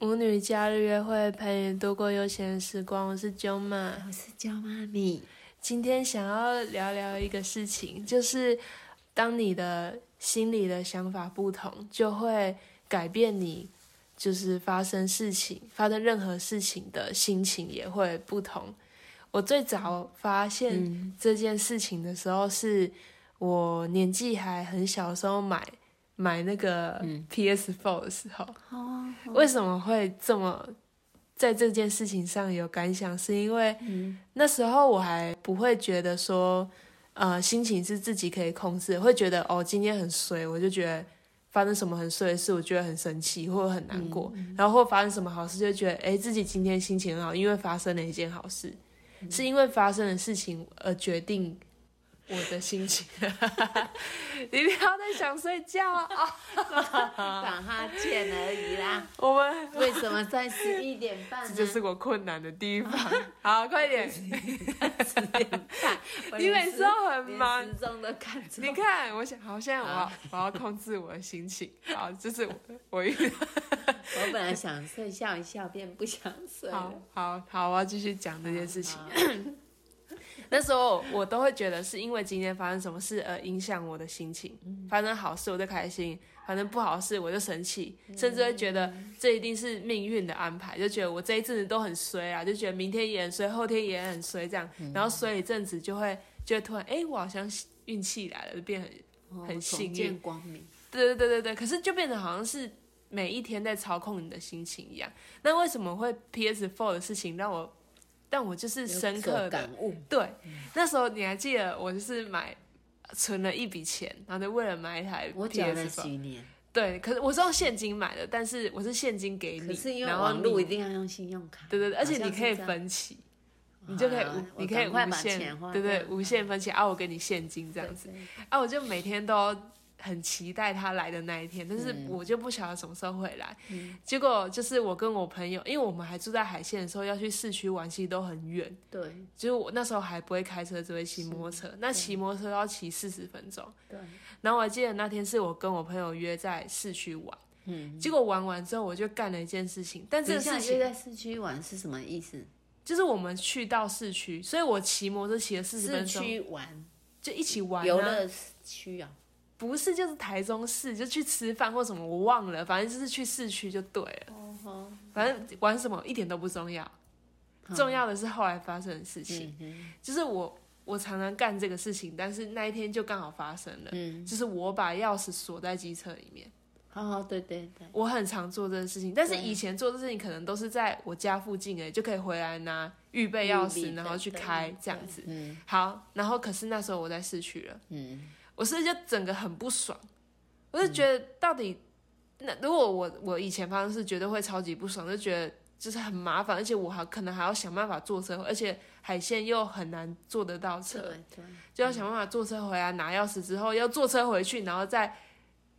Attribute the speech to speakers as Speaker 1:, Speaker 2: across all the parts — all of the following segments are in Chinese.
Speaker 1: 舞女假日约会，陪你度过悠闲时光。我是 Jo 妈，
Speaker 2: 我是焦妈咪。
Speaker 1: 今天想要聊聊一个事情，就是当你的心里的想法不同，就会改变你就是发生事情、发生任何事情的心情也会不同。我最早发现
Speaker 2: 嗯，
Speaker 1: 这件事情的时候，是我年纪还很小的时候买买那个
Speaker 2: 嗯
Speaker 1: PS4 的时候。
Speaker 2: 哦，
Speaker 1: 为什么会这么在这件事情上有感想？是因为
Speaker 2: 嗯
Speaker 1: 那时候我还不会觉得说，呃，心情是自己可以控制的，会觉得哦，今天很衰，我就觉得发生什么很衰的事，我觉得很生气或者很难过，然后或发生什么好事，就觉得哎，自己今天心情很好，因为发生了一件好事，是因为发生的事情而决定。我的心情， 你不要再想睡觉啊！ 哦
Speaker 2: 打哈欠而已啦。
Speaker 1: 我们
Speaker 2: 为什么在十一点半
Speaker 1: 这
Speaker 2: 呢？
Speaker 1: 就是我困难的地方。好，快点！
Speaker 2: 十点半。我
Speaker 1: 你
Speaker 2: 连
Speaker 1: 每
Speaker 2: 时
Speaker 1: 次都很
Speaker 2: 连
Speaker 1: 忙
Speaker 2: 时钟都看错。
Speaker 1: 你看，我想好，现在我要
Speaker 2: 好
Speaker 1: 我要控制我的心情。好，这是我我遇
Speaker 2: 我本来想睡，笑一笑便不想睡
Speaker 1: 好
Speaker 2: 了。
Speaker 1: 好好，我要继续讲这件事情。
Speaker 2: 好
Speaker 1: 那时候我都会觉得是因为今天发生什么事而影响我的心情。
Speaker 2: 嗯
Speaker 1: 发生好事我就开心，反正不好的事我就生气，
Speaker 2: 嗯
Speaker 1: 甚至会觉得这一定是命运的安排，就觉得我这一阵子都很衰啊，就觉得明天也很衰，后天也很衰这样。
Speaker 2: 嗯
Speaker 1: 然后衰一阵子就会就会突然，哎、我好像运气来了，就变很
Speaker 2: 哦
Speaker 1: 很幸运
Speaker 2: 重见光明。
Speaker 1: 对对对对对，可是就变得好像是每一天在操控你的心情一样。那为什么会 PS Four 的事情让我，但我就是深刻
Speaker 2: 有所
Speaker 1: 的
Speaker 2: 感悟，
Speaker 1: 对，那时候你还记得我就是买存了一笔钱，然后就为了买一台
Speaker 2: 我讲了
Speaker 1: PS
Speaker 2: 几
Speaker 1: Four。
Speaker 2: 年，
Speaker 1: 对，可是我是用现金买的，但是我是现金给你，
Speaker 2: 可是因为
Speaker 1: 然后
Speaker 2: 网络
Speaker 1: 你
Speaker 2: 一定要用信用卡。
Speaker 1: 对对对，而且
Speaker 2: 好像
Speaker 1: 你可以
Speaker 2: 是这样，
Speaker 1: 分期，你就可以无、
Speaker 2: 啊
Speaker 1: 你可以
Speaker 2: 我赶快
Speaker 1: 无
Speaker 2: 把
Speaker 1: 限
Speaker 2: 钱花，
Speaker 1: 对对，
Speaker 2: 掉
Speaker 1: 无限分期啊，我给你现金这样子。
Speaker 2: 子。对
Speaker 1: 啊，我就每天都很期待他来的那一天，但是
Speaker 2: 嗯
Speaker 1: 我就不晓得什么时候会来。结果就是我跟我朋友，因为我们还住在海线的时候，要去市区玩，其实都很远。
Speaker 2: 对
Speaker 1: 就是我那时候还不会开车，只会骑摩托车。那骑摩托车要骑四十分钟。
Speaker 2: 对，
Speaker 1: 然后我还记得那天是我跟我朋友约在市区玩，
Speaker 2: 嗯。
Speaker 1: 结果玩完之后我就干了一件事情，但这个
Speaker 2: 等一下
Speaker 1: 事情
Speaker 2: 约在市区玩是什么意思？
Speaker 1: 就是我们去到市区，所以我骑摩托车骑了四十
Speaker 2: 市
Speaker 1: 分钟，
Speaker 2: 区玩，
Speaker 1: 就一起玩、啊、
Speaker 2: 游乐区啊。
Speaker 1: 不是，就是台中市，就去吃饭或什么，我忘了，反正就是去市区就对了。
Speaker 2: 哦吼，
Speaker 1: 反正玩什么一点都不重要，重要的是后来发生的事情。
Speaker 2: 嗯
Speaker 1: 就是我我常常干这个事情，但是那一天就刚好发生了，
Speaker 2: 嗯，
Speaker 1: 就是我把钥匙锁在机车里面。
Speaker 2: 哦，对对对，
Speaker 1: 我很常做这个事情，但是
Speaker 2: 对
Speaker 1: 以前做这事情可能都是在我家附近哎，就可以回来拿预备钥
Speaker 2: 预
Speaker 1: 匙，
Speaker 2: 备
Speaker 1: 然后去
Speaker 2: 嗯对
Speaker 1: 开
Speaker 2: 对
Speaker 1: 这样子。
Speaker 2: 嗯
Speaker 1: 好，然后可是那时候我在市区了。
Speaker 2: 嗯，
Speaker 1: 我是就整个很不爽，我就觉得到底、那如果我我以前发生事，绝对会超级不爽，就觉得就是很麻烦，而且我还可能还要想办法坐车，而且海线又很难坐得到
Speaker 2: 对
Speaker 1: 车，
Speaker 2: 对，
Speaker 1: 就要想办法坐车回来拿钥匙之后，要坐车回去，然后再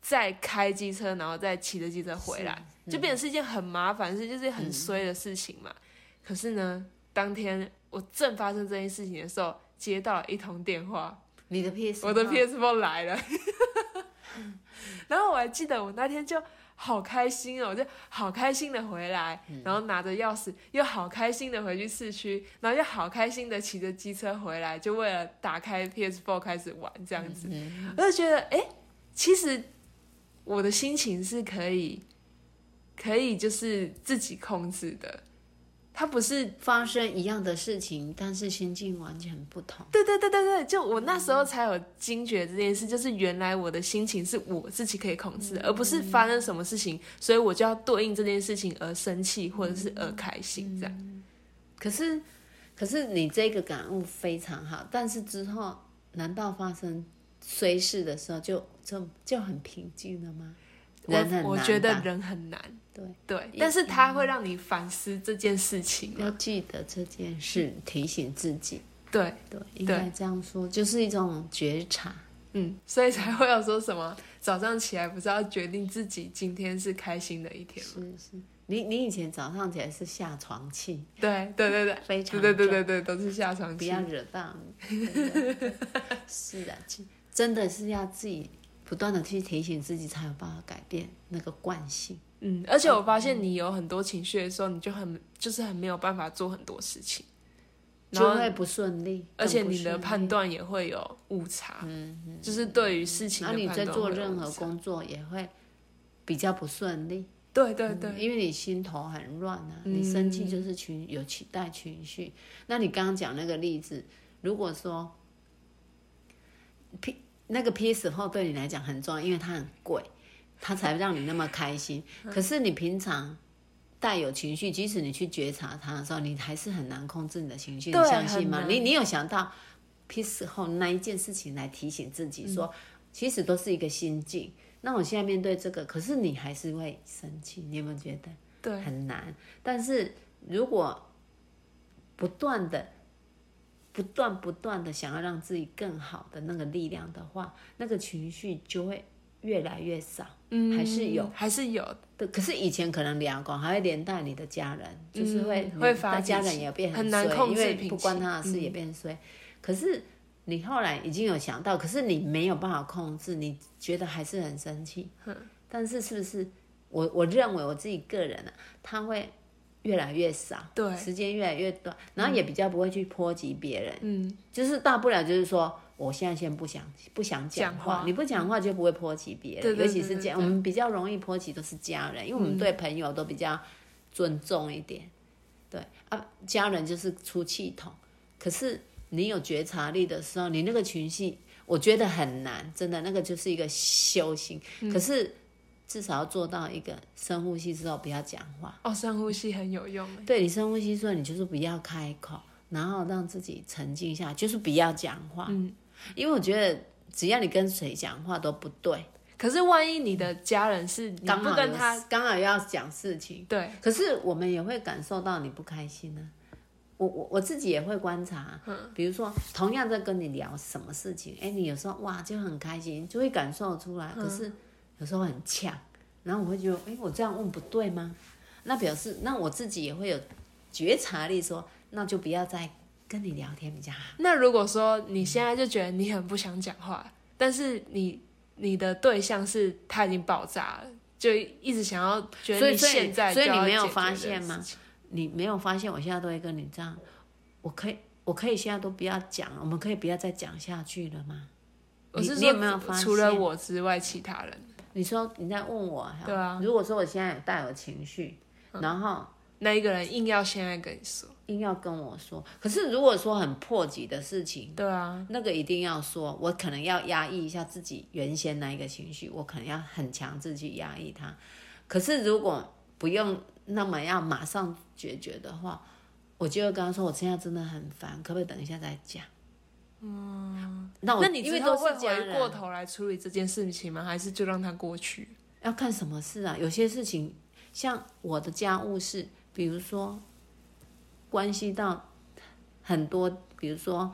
Speaker 1: 再开机车，然后再骑着机车回来，就变成是一件很麻烦的事，就是很衰的事情嘛。可是呢，当天我正发生这件事情的时候，接到了一通电话。
Speaker 2: 你的 PS，
Speaker 1: 我的 PS Four 来了， 然后我还记得我那天就好开心哦，我就好开心的回来，然后拿着钥匙，又好开心的回去市区，然后又好开心的骑着机车回来，就为了打开 PS Four 开始玩这样子，我就觉得哎、诶其实我的心情是可以，可以就是自己控制的，它不是
Speaker 2: 发生一样的事情，但是心境完全不同。
Speaker 1: 对对对对对，就我那
Speaker 2: 嗯
Speaker 1: 时候才有惊觉这件事，就是原来我的心情是我自己可以控
Speaker 2: 嗯
Speaker 1: 制的，而不是发生什么事情，所以我就要对应这件事情而生气或者是
Speaker 2: 嗯
Speaker 1: 而开心这样。
Speaker 2: 可是，可是你这个感悟非常好，但是之后难道发生衰事的时候就就就很平静了吗？人很难
Speaker 1: 我我觉得
Speaker 2: 吧嗯
Speaker 1: 人很难，
Speaker 2: 对，
Speaker 1: 对，但是它会让你反思这件事情
Speaker 2: 要
Speaker 1: 啊。
Speaker 2: 记得这件事，提醒自己。
Speaker 1: 对，
Speaker 2: 对，应该这样说，就是一种觉察。
Speaker 1: 嗯，所以才会有说什么早上起来不是要决定自己今天是开心的一天吗？
Speaker 2: 是是，你你以前早上起来是下床气，
Speaker 1: 对对对对，
Speaker 2: 非常
Speaker 1: 对对对
Speaker 2: 重
Speaker 1: 对对，都是下床
Speaker 2: 不
Speaker 1: 气
Speaker 2: 要。惹到你。真 的是啊，其真的是要自己不断的去提醒自己，才有办法改变那个惯性。
Speaker 1: 嗯，而且我发现你有很多情绪的时候，你就很就是很没有办法做很多事情，然
Speaker 2: 就
Speaker 1: 后
Speaker 2: 会不顺利，
Speaker 1: 而且
Speaker 2: 更不
Speaker 1: 你的
Speaker 2: 顺利
Speaker 1: 判，断也会有误差，嗯，就是对于事情
Speaker 2: 嗯然
Speaker 1: 的
Speaker 2: 后你
Speaker 1: 判
Speaker 2: 在
Speaker 1: 断
Speaker 2: 做
Speaker 1: 会有
Speaker 2: 任
Speaker 1: 误
Speaker 2: 何
Speaker 1: 差
Speaker 2: 工作也会比较不顺利，
Speaker 1: 对对对，嗯
Speaker 2: 嗯因为你心头很乱啊，你生气就是情有期待情绪。那你刚刚讲那个例子，如果说 P 那个 P 十后对你来讲很重要，因为它很贵，它才让你那么开心。
Speaker 1: 嗯
Speaker 2: 可是你平常。带有情绪，即使你去觉察它的时候，你还是很难控制你的情绪，你
Speaker 1: 对
Speaker 2: 相信吗？
Speaker 1: 很难
Speaker 2: 你你有想到 peace 后那一件事情来提醒自己说，
Speaker 1: 嗯
Speaker 2: 其实都是一个心境。那我现在面对这个，可是你还是会生气，你有没有觉得？
Speaker 1: 对，
Speaker 2: 很难。但是如果不断的、不断不断的想要让自己更好的那个力量的话，那个情绪就会越来越少。
Speaker 1: 嗯，
Speaker 2: 还是
Speaker 1: 有，还是有，嗯
Speaker 2: 对，可是以前可能聊过，还会连带你的家人，就是会
Speaker 1: 嗯会发
Speaker 2: 大家
Speaker 1: 脾
Speaker 2: 人
Speaker 1: 气
Speaker 2: 也变
Speaker 1: 很
Speaker 2: 衰，
Speaker 1: 难控
Speaker 2: 因
Speaker 1: 制
Speaker 2: 为
Speaker 1: 脾
Speaker 2: 不关
Speaker 1: 气嗯
Speaker 2: 他的事也变衰。可是你后来已经有想到，可是你没有办法控制，你觉得还是很生气。但是是不是我我认为我自己个人啊，他会越来越少，
Speaker 1: 对
Speaker 2: 时间越来越短，然后也比较不会去波及别人，
Speaker 1: 嗯，
Speaker 2: 就是大不了就是说。我现在先不想不想讲
Speaker 1: 讲
Speaker 2: 话，
Speaker 1: 话
Speaker 2: 你不讲话就不会波及别人，
Speaker 1: 对对
Speaker 2: 尤其
Speaker 1: 对
Speaker 2: 是
Speaker 1: 对嗯
Speaker 2: 家我们比较容易波及都是家人，因为我们对朋友都比较尊重一点，对啊，家人就是出气筒。可是你有觉察力的时候，你那个情绪，我觉得很难，真的那个就是一个修行。
Speaker 1: 嗯
Speaker 2: 可是至少要做到一个深呼吸之后不要讲话，
Speaker 1: 哦，深呼吸很有用，
Speaker 2: 对你深呼吸之后，你就是不要开口，然后让自己沉静下来，就是不要讲话。嗯，因为我觉得只要你跟谁讲话都不对，
Speaker 1: 可是万一你的家人是你
Speaker 2: 刚
Speaker 1: 不
Speaker 2: 好
Speaker 1: 跟
Speaker 2: 有
Speaker 1: 他，
Speaker 2: 刚好要讲事情。
Speaker 1: 对，
Speaker 2: 可是我们也会感受到你不开心呢、我我我自己也会观察，啊比如说同样在跟你聊什么事情，哎，你有时候哇就很开心，就会感受出来。可是有时候很呛，然后我会觉得，哎，我这样问不对吗？那表示那我自己也会有觉察力说，那就不要再跟你聊天比较好。
Speaker 1: 那如果说你现在就觉得你很不想讲话，但是你你的对象是他已经爆炸了，就一直想要觉
Speaker 2: 所
Speaker 1: 得
Speaker 2: 以
Speaker 1: 你
Speaker 2: 所以
Speaker 1: 现在
Speaker 2: 所以
Speaker 1: 就
Speaker 2: 你
Speaker 1: 要
Speaker 2: 没有
Speaker 1: 解决
Speaker 2: 发
Speaker 1: 的
Speaker 2: 现
Speaker 1: 事
Speaker 2: 吗
Speaker 1: 情？
Speaker 2: 你没有发现我现在都会跟你这样，我可以我可以现在都不要讲，我们可以不要再讲下去了吗？
Speaker 1: 我
Speaker 2: 你
Speaker 1: 是
Speaker 2: 你
Speaker 1: 说
Speaker 2: 有没有发
Speaker 1: 除了
Speaker 2: 现
Speaker 1: 我之外，其他人
Speaker 2: 你说你在问我哈，
Speaker 1: 对啊嗯
Speaker 2: 如果说我现在有带有情绪，然后
Speaker 1: 那一个人硬要现在跟你说，
Speaker 2: 硬要跟我说，可是如果说很迫急的事情，
Speaker 1: 对啊，
Speaker 2: 那个一定要说，我可能要压抑一下自己原先那一个情绪，我可能要很强制去压抑它。可是如果不用那么要马上解决的话，我就会跟他说，我现在真的很烦，可不可以等一下再讲？嗯，那我
Speaker 1: 那你
Speaker 2: 因为
Speaker 1: 之
Speaker 2: 都
Speaker 1: 后
Speaker 2: 是
Speaker 1: 会
Speaker 2: 家
Speaker 1: 回
Speaker 2: 人
Speaker 1: 过头来处理这件事情吗？还是就让它过去？
Speaker 2: 要看什么事啊？有些事情，像我的家务事，比如说关系到很多，比如说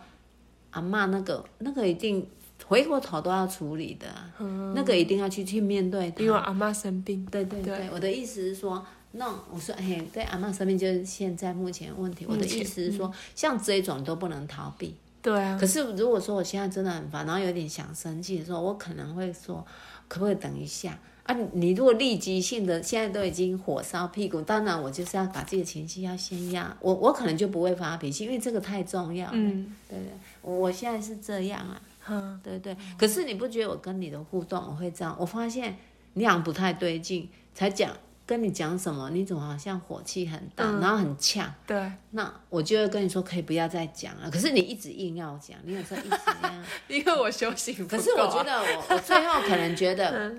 Speaker 2: 阿嬷那个那个一定回过头都要处理的、啊，那个一定要去去面对它。
Speaker 1: 嗯因为阿妈生病，
Speaker 2: 对对对，我的意思是说，那我说，嘿，对阿嬷生病就是现在目前的问题。我的
Speaker 1: 目前
Speaker 2: 意思是说，像这种都不能逃避。
Speaker 1: 对啊，
Speaker 2: 可是如果说我现在真的很烦，然后有点想生气的时候，我可能会说，可不可以等一下啊？你你如果立即性的，现在都已经火烧屁股，当然我就是要把自己的情绪要先压，我我可能就不会发脾气，因为这个太重要了。
Speaker 1: 嗯，
Speaker 2: 对对，我我现在是这样啊，
Speaker 1: 嗯
Speaker 2: 对对。可是你不觉得我跟你的互动，我会这样？我发现你俩不太对劲，才讲跟你讲什么，你怎么好像火气很大，
Speaker 1: 嗯
Speaker 2: 然后很呛。
Speaker 1: 对，啊
Speaker 2: 那我就会跟你说，可以不要再讲了。可是你一直硬要讲，你有时候一直 要。
Speaker 1: 因为我修行不够
Speaker 2: 嗯可
Speaker 1: 啊嗯
Speaker 2: 是我觉得我，我最后可能 觉得，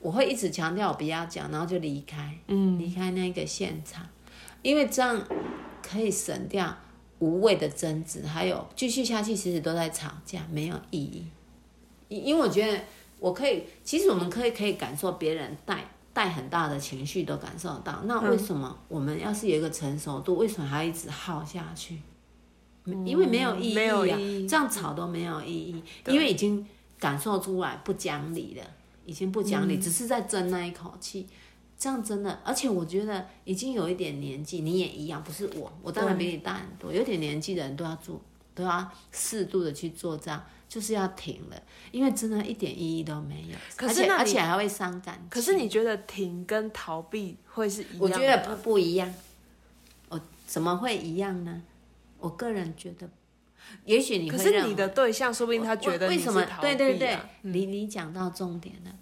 Speaker 2: 我会一直强调我不要讲，然后就离开，嗯，离开那个现场，因为这样可以省掉无谓的争执，还有继续下去其实都在吵架，没有意义。因因为我觉得我可以，其实我们可以可以感受别人带带很大的情绪都感受到，
Speaker 1: 嗯
Speaker 2: 那为什么我们要是有一个成熟度，为什么还要一直耗下去？因为没有意义、
Speaker 1: 嗯
Speaker 2: 啊，
Speaker 1: 没有意义
Speaker 2: 这样吵都没有意义，因为已经感受出来不讲理了，已经不讲
Speaker 1: 嗯
Speaker 2: 理，只是在争那一口气。这样真的，而且我觉得已经有一点年纪，你也一样，不是我，我当然比你大很多，有点年纪的人都要做，都要适度的去做这样就是要停了，因为真的一点意义都没有，
Speaker 1: 可
Speaker 2: 而
Speaker 1: 是
Speaker 2: 且
Speaker 1: 那
Speaker 2: 而
Speaker 1: 你
Speaker 2: 且还会伤感情。
Speaker 1: 可是你觉得停跟逃避会是一样的？
Speaker 2: 我觉得不不一样，我怎么会一样呢？我个人觉得，也许你
Speaker 1: 可
Speaker 2: 会
Speaker 1: 是
Speaker 2: 认
Speaker 1: 你
Speaker 2: 为
Speaker 1: 的对象，说不定他觉得
Speaker 2: 为
Speaker 1: 你
Speaker 2: 为
Speaker 1: 是
Speaker 2: 什
Speaker 1: 逃避、
Speaker 2: 么
Speaker 1: 啊？嗯
Speaker 2: 对对对，你你讲到重点了。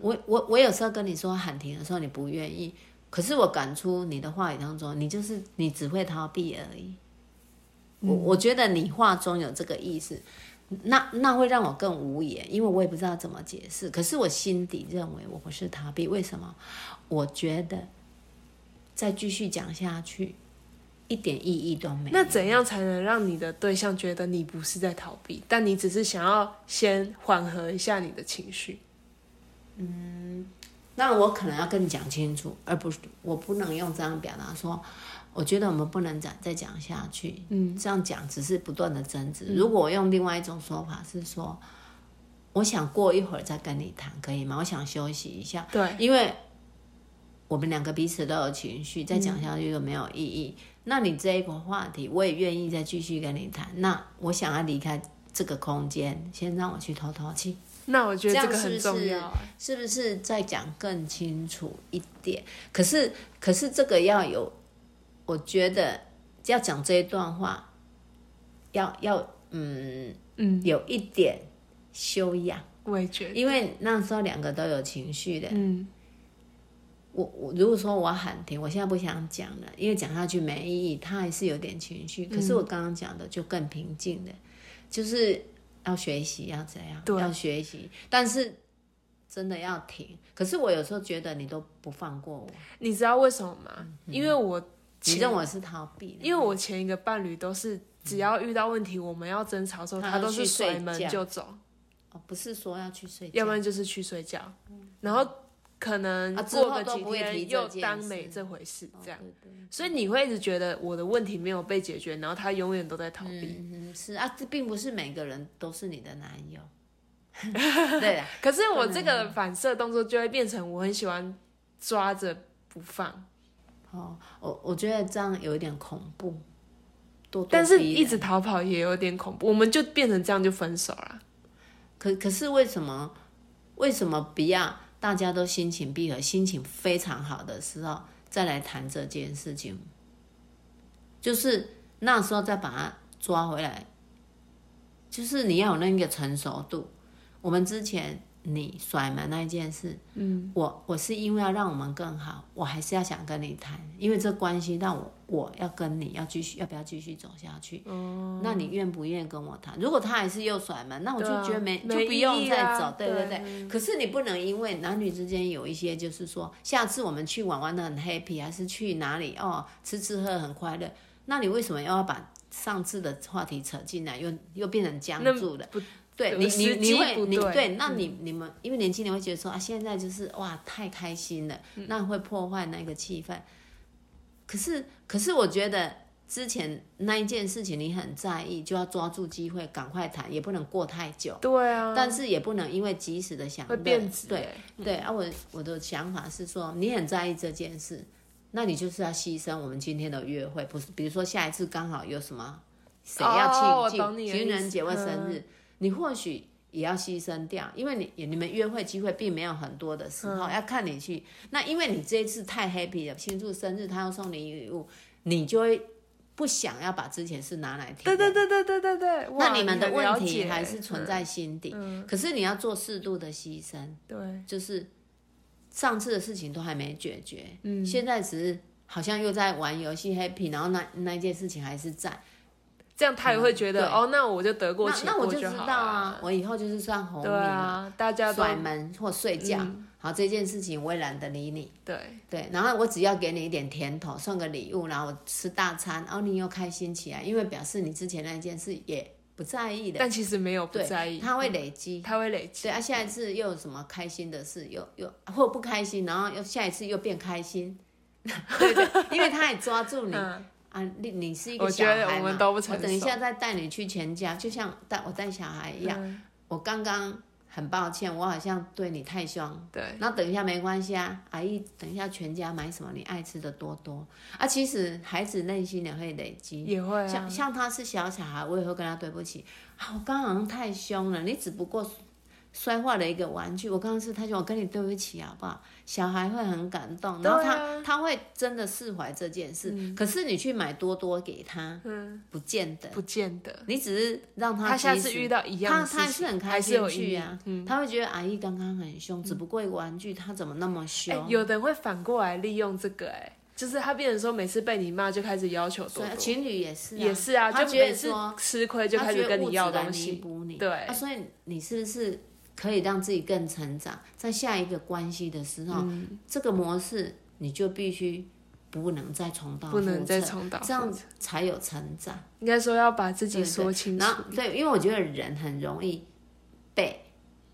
Speaker 2: 我我我有时候跟你说喊停的时候，你不愿意，可是我感出你的话语当中，你就是你只会逃避而已。我
Speaker 1: 嗯
Speaker 2: 我觉得你话中有这个意思，那那会让我更无言，因为我也不知道怎么解释。可是我心底认为我不是逃避，为什么？我觉得再继续讲下去，一点意义都没有。
Speaker 1: 那怎样才能让你的对象觉得你不是在逃避，但你只是想要先缓和一下你的情绪？
Speaker 2: 那我可能要跟你讲清楚，而不是我不能用这样表达说，我觉得我们不能讲再讲下去，嗯，这样讲只是不断的争执。如果我用另外一种说法是说，我想过一会儿再跟你谈，可以吗？我想休息一下，
Speaker 1: 对，
Speaker 2: 因为我们两个彼此都有情绪，再讲下去就没有意义。那你这一个话题，我也愿意再继续跟你谈。那我想要离开这个空间，先让我去透透气。
Speaker 1: 那我觉得
Speaker 2: 这样
Speaker 1: 个
Speaker 2: 是
Speaker 1: 很
Speaker 2: 不
Speaker 1: 重
Speaker 2: 是
Speaker 1: 要啊。
Speaker 2: 是不是再讲更清楚一点？可是，可是这个要有，我觉得要讲这一段话，要要嗯
Speaker 1: 嗯，
Speaker 2: 有一点修养，
Speaker 1: 我也觉得，
Speaker 2: 因为那时候两个都有情绪的。
Speaker 1: 嗯
Speaker 2: 我我如果说我喊停，我现在不想讲了，因为讲下去没意义，他还是有点情绪。
Speaker 1: 嗯
Speaker 2: 可是我刚刚讲的就更平静的，就是要学习要怎样，
Speaker 1: 对
Speaker 2: 要学习，但是真的要停。可是我有时候觉得你都不放过我，
Speaker 1: 你知道为什么吗？因为我
Speaker 2: 嗯你
Speaker 1: 前
Speaker 2: 认为是逃避的，
Speaker 1: 因为我前一个伴侣都是只要遇到问题，我们要争吵的时候，
Speaker 2: 他
Speaker 1: 他都
Speaker 2: 去
Speaker 1: 是
Speaker 2: 睡
Speaker 1: 甩门
Speaker 2: 觉
Speaker 1: 就走，
Speaker 2: 哦不是说要去睡
Speaker 1: 要
Speaker 2: 觉
Speaker 1: 不，然就是去睡觉，然后可能
Speaker 2: 嗯啊之
Speaker 1: 过
Speaker 2: 后
Speaker 1: 个
Speaker 2: 都
Speaker 1: 几
Speaker 2: 不会提
Speaker 1: 天
Speaker 2: 这
Speaker 1: 又
Speaker 2: 件
Speaker 1: 当
Speaker 2: 事
Speaker 1: 没这回事，这样
Speaker 2: 哦。对对
Speaker 1: 所以你会一直觉得我的问题没有被解决，然后他永远都在逃避。
Speaker 2: 嗯，是啊，这并不是每个人都是你的男 友，对啊，
Speaker 1: 可是我这个反射动作就会变成我很喜欢抓着不放，
Speaker 2: 哦，我我觉得这样有一点恐怖，咄咄
Speaker 1: 但是
Speaker 2: 逼人
Speaker 1: 一直逃跑也有点恐怖，我们就变成这样就分手啦。
Speaker 2: 可可是为什么为什么不要大家都心情闭合、心情非常好的时候再来谈这件事情？就是那时候再把它抓回来，就是你要有那个成熟度。我们之前你甩门那一件事，嗯，我我是因为要让我们更好，我还是要想跟你谈，因为这关系到我我要跟你要继续要不要继续走下去。
Speaker 1: 哦
Speaker 2: 那你愿不愿意跟我谈？如果他还是又甩门，那我就
Speaker 1: 对啊
Speaker 2: 觉得没、
Speaker 1: 没
Speaker 2: 就不用
Speaker 1: 意义
Speaker 2: 再
Speaker 1: 啊
Speaker 2: 走，对对
Speaker 1: 对
Speaker 2: 对。可是你不能因为男女之间有一些，就是说下次我们去玩玩的很 happy，还是去哪里哦吃吃喝很快乐，那你为什么又要把上次的话题扯进来，又又变成僵
Speaker 1: 那
Speaker 2: 住了？
Speaker 1: 不
Speaker 2: 对
Speaker 1: 对
Speaker 2: 你，你
Speaker 1: 时
Speaker 2: 你
Speaker 1: 机
Speaker 2: 会
Speaker 1: 不
Speaker 2: 你
Speaker 1: 对嗯
Speaker 2: 对，那你你们因为年轻人会觉得说啊，现在就是哇太开心了，
Speaker 1: 嗯
Speaker 2: 那会破坏那个气氛。可是可是我觉得之前那一件事情你很在意，就要抓住机会赶快谈，也不能过太久，
Speaker 1: 对啊，
Speaker 2: 但是也不能因为及时的想
Speaker 1: 会
Speaker 2: 乐
Speaker 1: 变质、
Speaker 2: 对
Speaker 1: 欸。
Speaker 2: 对啊，我我的想法是说，你很在意这件事，那你就是要牺牲我们今天的约会，不是？比如说下一次刚好有什么谁要庆
Speaker 1: 哦我
Speaker 2: 祝、
Speaker 1: 懂你的
Speaker 2: 情
Speaker 1: 意思嗯
Speaker 2: 人节或生日，你或许也要牺牲掉，因为你你们约会机会并没有很多的时候，
Speaker 1: 嗯
Speaker 2: 要看你去。那因为你这一次太 happy 了，庆祝生日他要送你礼物，你就会不想要把之前事拿来提。
Speaker 1: 对对对对对对对，哇
Speaker 2: 那你们的
Speaker 1: 很了
Speaker 2: 问题
Speaker 1: 解嗯
Speaker 2: 还是存在心底，可是你要做适度的牺牲。
Speaker 1: 对，
Speaker 2: 就是上次的事情都还没解决，嗯，现在只是好像又在玩游戏 happy，然后那那一件事情还是在，
Speaker 1: 这样他也会觉得、
Speaker 2: 嗯对
Speaker 1: 哦，那我就得过
Speaker 2: 那
Speaker 1: 且
Speaker 2: 那
Speaker 1: 过
Speaker 2: 我就知
Speaker 1: 好
Speaker 2: 道啊
Speaker 1: 啦，。
Speaker 2: 我以后就是算红
Speaker 1: 对
Speaker 2: 你嘛，
Speaker 1: 啊，大家都嗯
Speaker 2: 甩门或睡觉，好这件事情我也懒得理你，
Speaker 1: 对，
Speaker 2: 对，然后我只要给你一点甜头，送个礼物，然后我吃大餐，然后你又开心起来，因为表示你之前那件事也不在意的，
Speaker 1: 但其实没有不
Speaker 2: 对
Speaker 1: 在意，嗯
Speaker 2: 它会累积。
Speaker 1: 他会累积。
Speaker 2: 对啊，下一次又有什么开心的事，又又或不开心，然后又下一次又变开心， 对对，因为他也抓住你、啊，你你是一
Speaker 1: 嗯
Speaker 2: 个
Speaker 1: 我
Speaker 2: 小
Speaker 1: 觉得
Speaker 2: 孩嘛，
Speaker 1: 我们都不成熟嗯
Speaker 2: 等一下再带你去全家，就像带我带小孩一样，我刚刚很抱歉，我好像对你太凶。
Speaker 1: 对，
Speaker 2: 那等一下没关系啊，阿姨，等一下全家买什么你爱吃的多多啊。其实孩子内心也会累积，
Speaker 1: 也会啊，
Speaker 2: 像像他是小小孩，我也会跟他对不起啊，我刚刚好像太凶了，你只不过摔坏了一个玩具，我刚刚是太凶，我跟你对不起好不好？小孩会很感动，然后他、
Speaker 1: 对啊
Speaker 2: 他会真的释怀这件事。可是你去买多多给他，
Speaker 1: 嗯，
Speaker 2: 不见得，
Speaker 1: 不见得，
Speaker 2: 你只是让
Speaker 1: 他下
Speaker 2: 及
Speaker 1: 次
Speaker 2: 时
Speaker 1: 遇到一样
Speaker 2: 他
Speaker 1: 的事
Speaker 2: 他还
Speaker 1: 情，
Speaker 2: 是很开
Speaker 1: 还是
Speaker 2: 心
Speaker 1: 有嗯
Speaker 2: 去
Speaker 1: 意义
Speaker 2: 啊，他会觉得阿姨刚刚很凶，只不过玩具他怎么那
Speaker 1: 嗯
Speaker 2: 么
Speaker 1: 哎、
Speaker 2: 凶？
Speaker 1: 有的人会反过来利用这个、哎，就是他变成说每次被你骂就开始要求多
Speaker 2: 所以
Speaker 1: 多，
Speaker 2: 情侣也是、啊，
Speaker 1: 也是啊，
Speaker 2: 他
Speaker 1: 就
Speaker 2: 觉
Speaker 1: 每
Speaker 2: 得
Speaker 1: 次
Speaker 2: 说，
Speaker 1: 吃亏就
Speaker 2: 他
Speaker 1: 开
Speaker 2: 觉
Speaker 1: 始
Speaker 2: 得
Speaker 1: 跟
Speaker 2: 物
Speaker 1: 你
Speaker 2: 质
Speaker 1: 要
Speaker 2: 来
Speaker 1: 东
Speaker 2: 弥
Speaker 1: 西，
Speaker 2: 补你，
Speaker 1: 对
Speaker 2: 啊，所以你是不是可以让自己更成长？在下一个关系的时候，
Speaker 1: 嗯
Speaker 2: 这个模式你就必须不能再重蹈
Speaker 1: 不能
Speaker 2: 覆
Speaker 1: 再
Speaker 2: 辙
Speaker 1: 重蹈
Speaker 2: 这
Speaker 1: 覆
Speaker 2: 样
Speaker 1: 辙
Speaker 2: 才有成长。
Speaker 1: 应该说要把自己
Speaker 2: 对
Speaker 1: 说清楚
Speaker 2: 然，后对，因为我觉得人很容易被，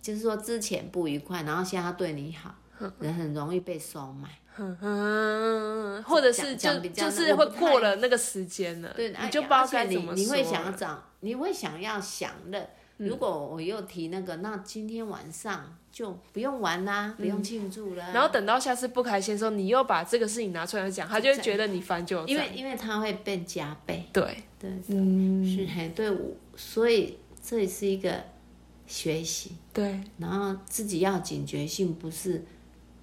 Speaker 2: 就是说之前不愉快，然后现在他对你好，人很容易被收买。
Speaker 1: 嗯嗯，或者是就
Speaker 2: 讲讲比较
Speaker 1: 就是
Speaker 2: 我
Speaker 1: 会
Speaker 2: 不太
Speaker 1: 过了那个时间了，
Speaker 2: 对，
Speaker 1: 你
Speaker 2: 哎
Speaker 1: 就
Speaker 2: 呀
Speaker 1: 不知道
Speaker 2: 而且
Speaker 1: 该
Speaker 2: 你
Speaker 1: 怎么
Speaker 2: 你会
Speaker 1: 说
Speaker 2: 想
Speaker 1: 了嗯
Speaker 2: 找，你会想要享乐。如果我又提那个，那今天晚上就不用玩啦、不用庆祝啦、
Speaker 1: 嗯然后等到下次不开心的时候，你又把这个事情拿出来讲，他就会觉得你翻旧账。
Speaker 2: 因为因为它会被加倍，
Speaker 1: 对，
Speaker 2: 对，
Speaker 1: 嗯，
Speaker 2: 是很对我，所以这也是一个学习。
Speaker 1: 对，
Speaker 2: 然后自己要警觉性，不是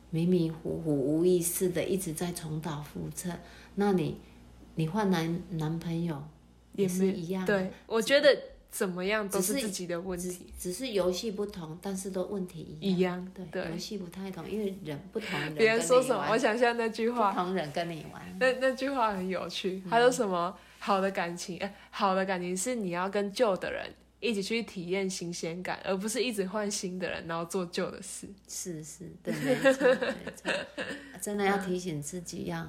Speaker 2: 迷迷糊糊、无意识的一直在重蹈覆辙。那你你换男男朋友
Speaker 1: 也
Speaker 2: 是
Speaker 1: 没
Speaker 2: 一样，啊
Speaker 1: 对，我觉得怎么样都
Speaker 2: 只
Speaker 1: 是
Speaker 2: 是
Speaker 1: 自己的问
Speaker 2: 只
Speaker 1: 题，
Speaker 2: 只是游戏不同，但是都问题
Speaker 1: 一
Speaker 2: 一样。
Speaker 1: 样。
Speaker 2: 对，
Speaker 1: 对
Speaker 2: 游戏不太同，因为人不同人跟你玩，
Speaker 1: 别人说什么，我想象那句话
Speaker 2: 不，同人跟你玩，
Speaker 1: 那那句话很有趣，他说什么？好的感情，呃好的感情是你要跟旧的人一起去体验新鲜感，而不是一直换新的人，然后做旧的事。
Speaker 2: 是是，对，没错，没错，真的要提醒自己要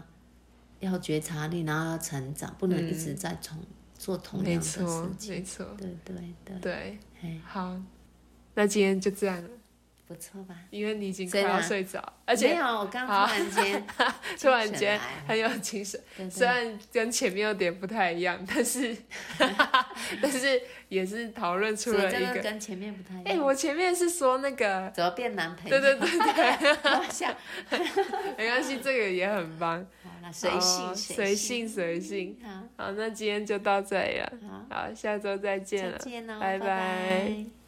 Speaker 2: 要觉察力，然后要成长，不能一直在重、做同
Speaker 1: 没
Speaker 2: 样的事
Speaker 1: 错，
Speaker 2: 情。
Speaker 1: 没错，
Speaker 2: 对对对，
Speaker 1: 对，
Speaker 2: 哎，
Speaker 1: 好，那今天就这样了，
Speaker 2: 不错吧？
Speaker 1: 因为你已经快
Speaker 2: 真的
Speaker 1: 要
Speaker 2: 啊
Speaker 1: 睡着，而且
Speaker 2: 没有，我刚突
Speaker 1: 好
Speaker 2: 然间
Speaker 1: 突然间
Speaker 2: 精神来了
Speaker 1: 很有精神，
Speaker 2: 对
Speaker 1: 虽
Speaker 2: 对
Speaker 1: 然跟前面有点不太一样，但 是但是也是讨论出
Speaker 2: 所以
Speaker 1: 了
Speaker 2: 这
Speaker 1: 一
Speaker 2: 个
Speaker 1: 个。
Speaker 2: 跟前面不太一样。
Speaker 1: 哎、我前面是说那个，
Speaker 2: 怎么变男朋友？
Speaker 1: 对对对对，
Speaker 2: 我想，
Speaker 1: 没关系，这个也很棒，
Speaker 2: 好了，随
Speaker 1: 好
Speaker 2: 性
Speaker 1: 哦随
Speaker 2: 性，
Speaker 1: 性随性。
Speaker 2: 好，
Speaker 1: 好，那今天就到这里了，
Speaker 2: 好，
Speaker 1: 好，下周再见
Speaker 2: 再
Speaker 1: 了。
Speaker 2: 见哦，
Speaker 1: 拜拜
Speaker 2: 拜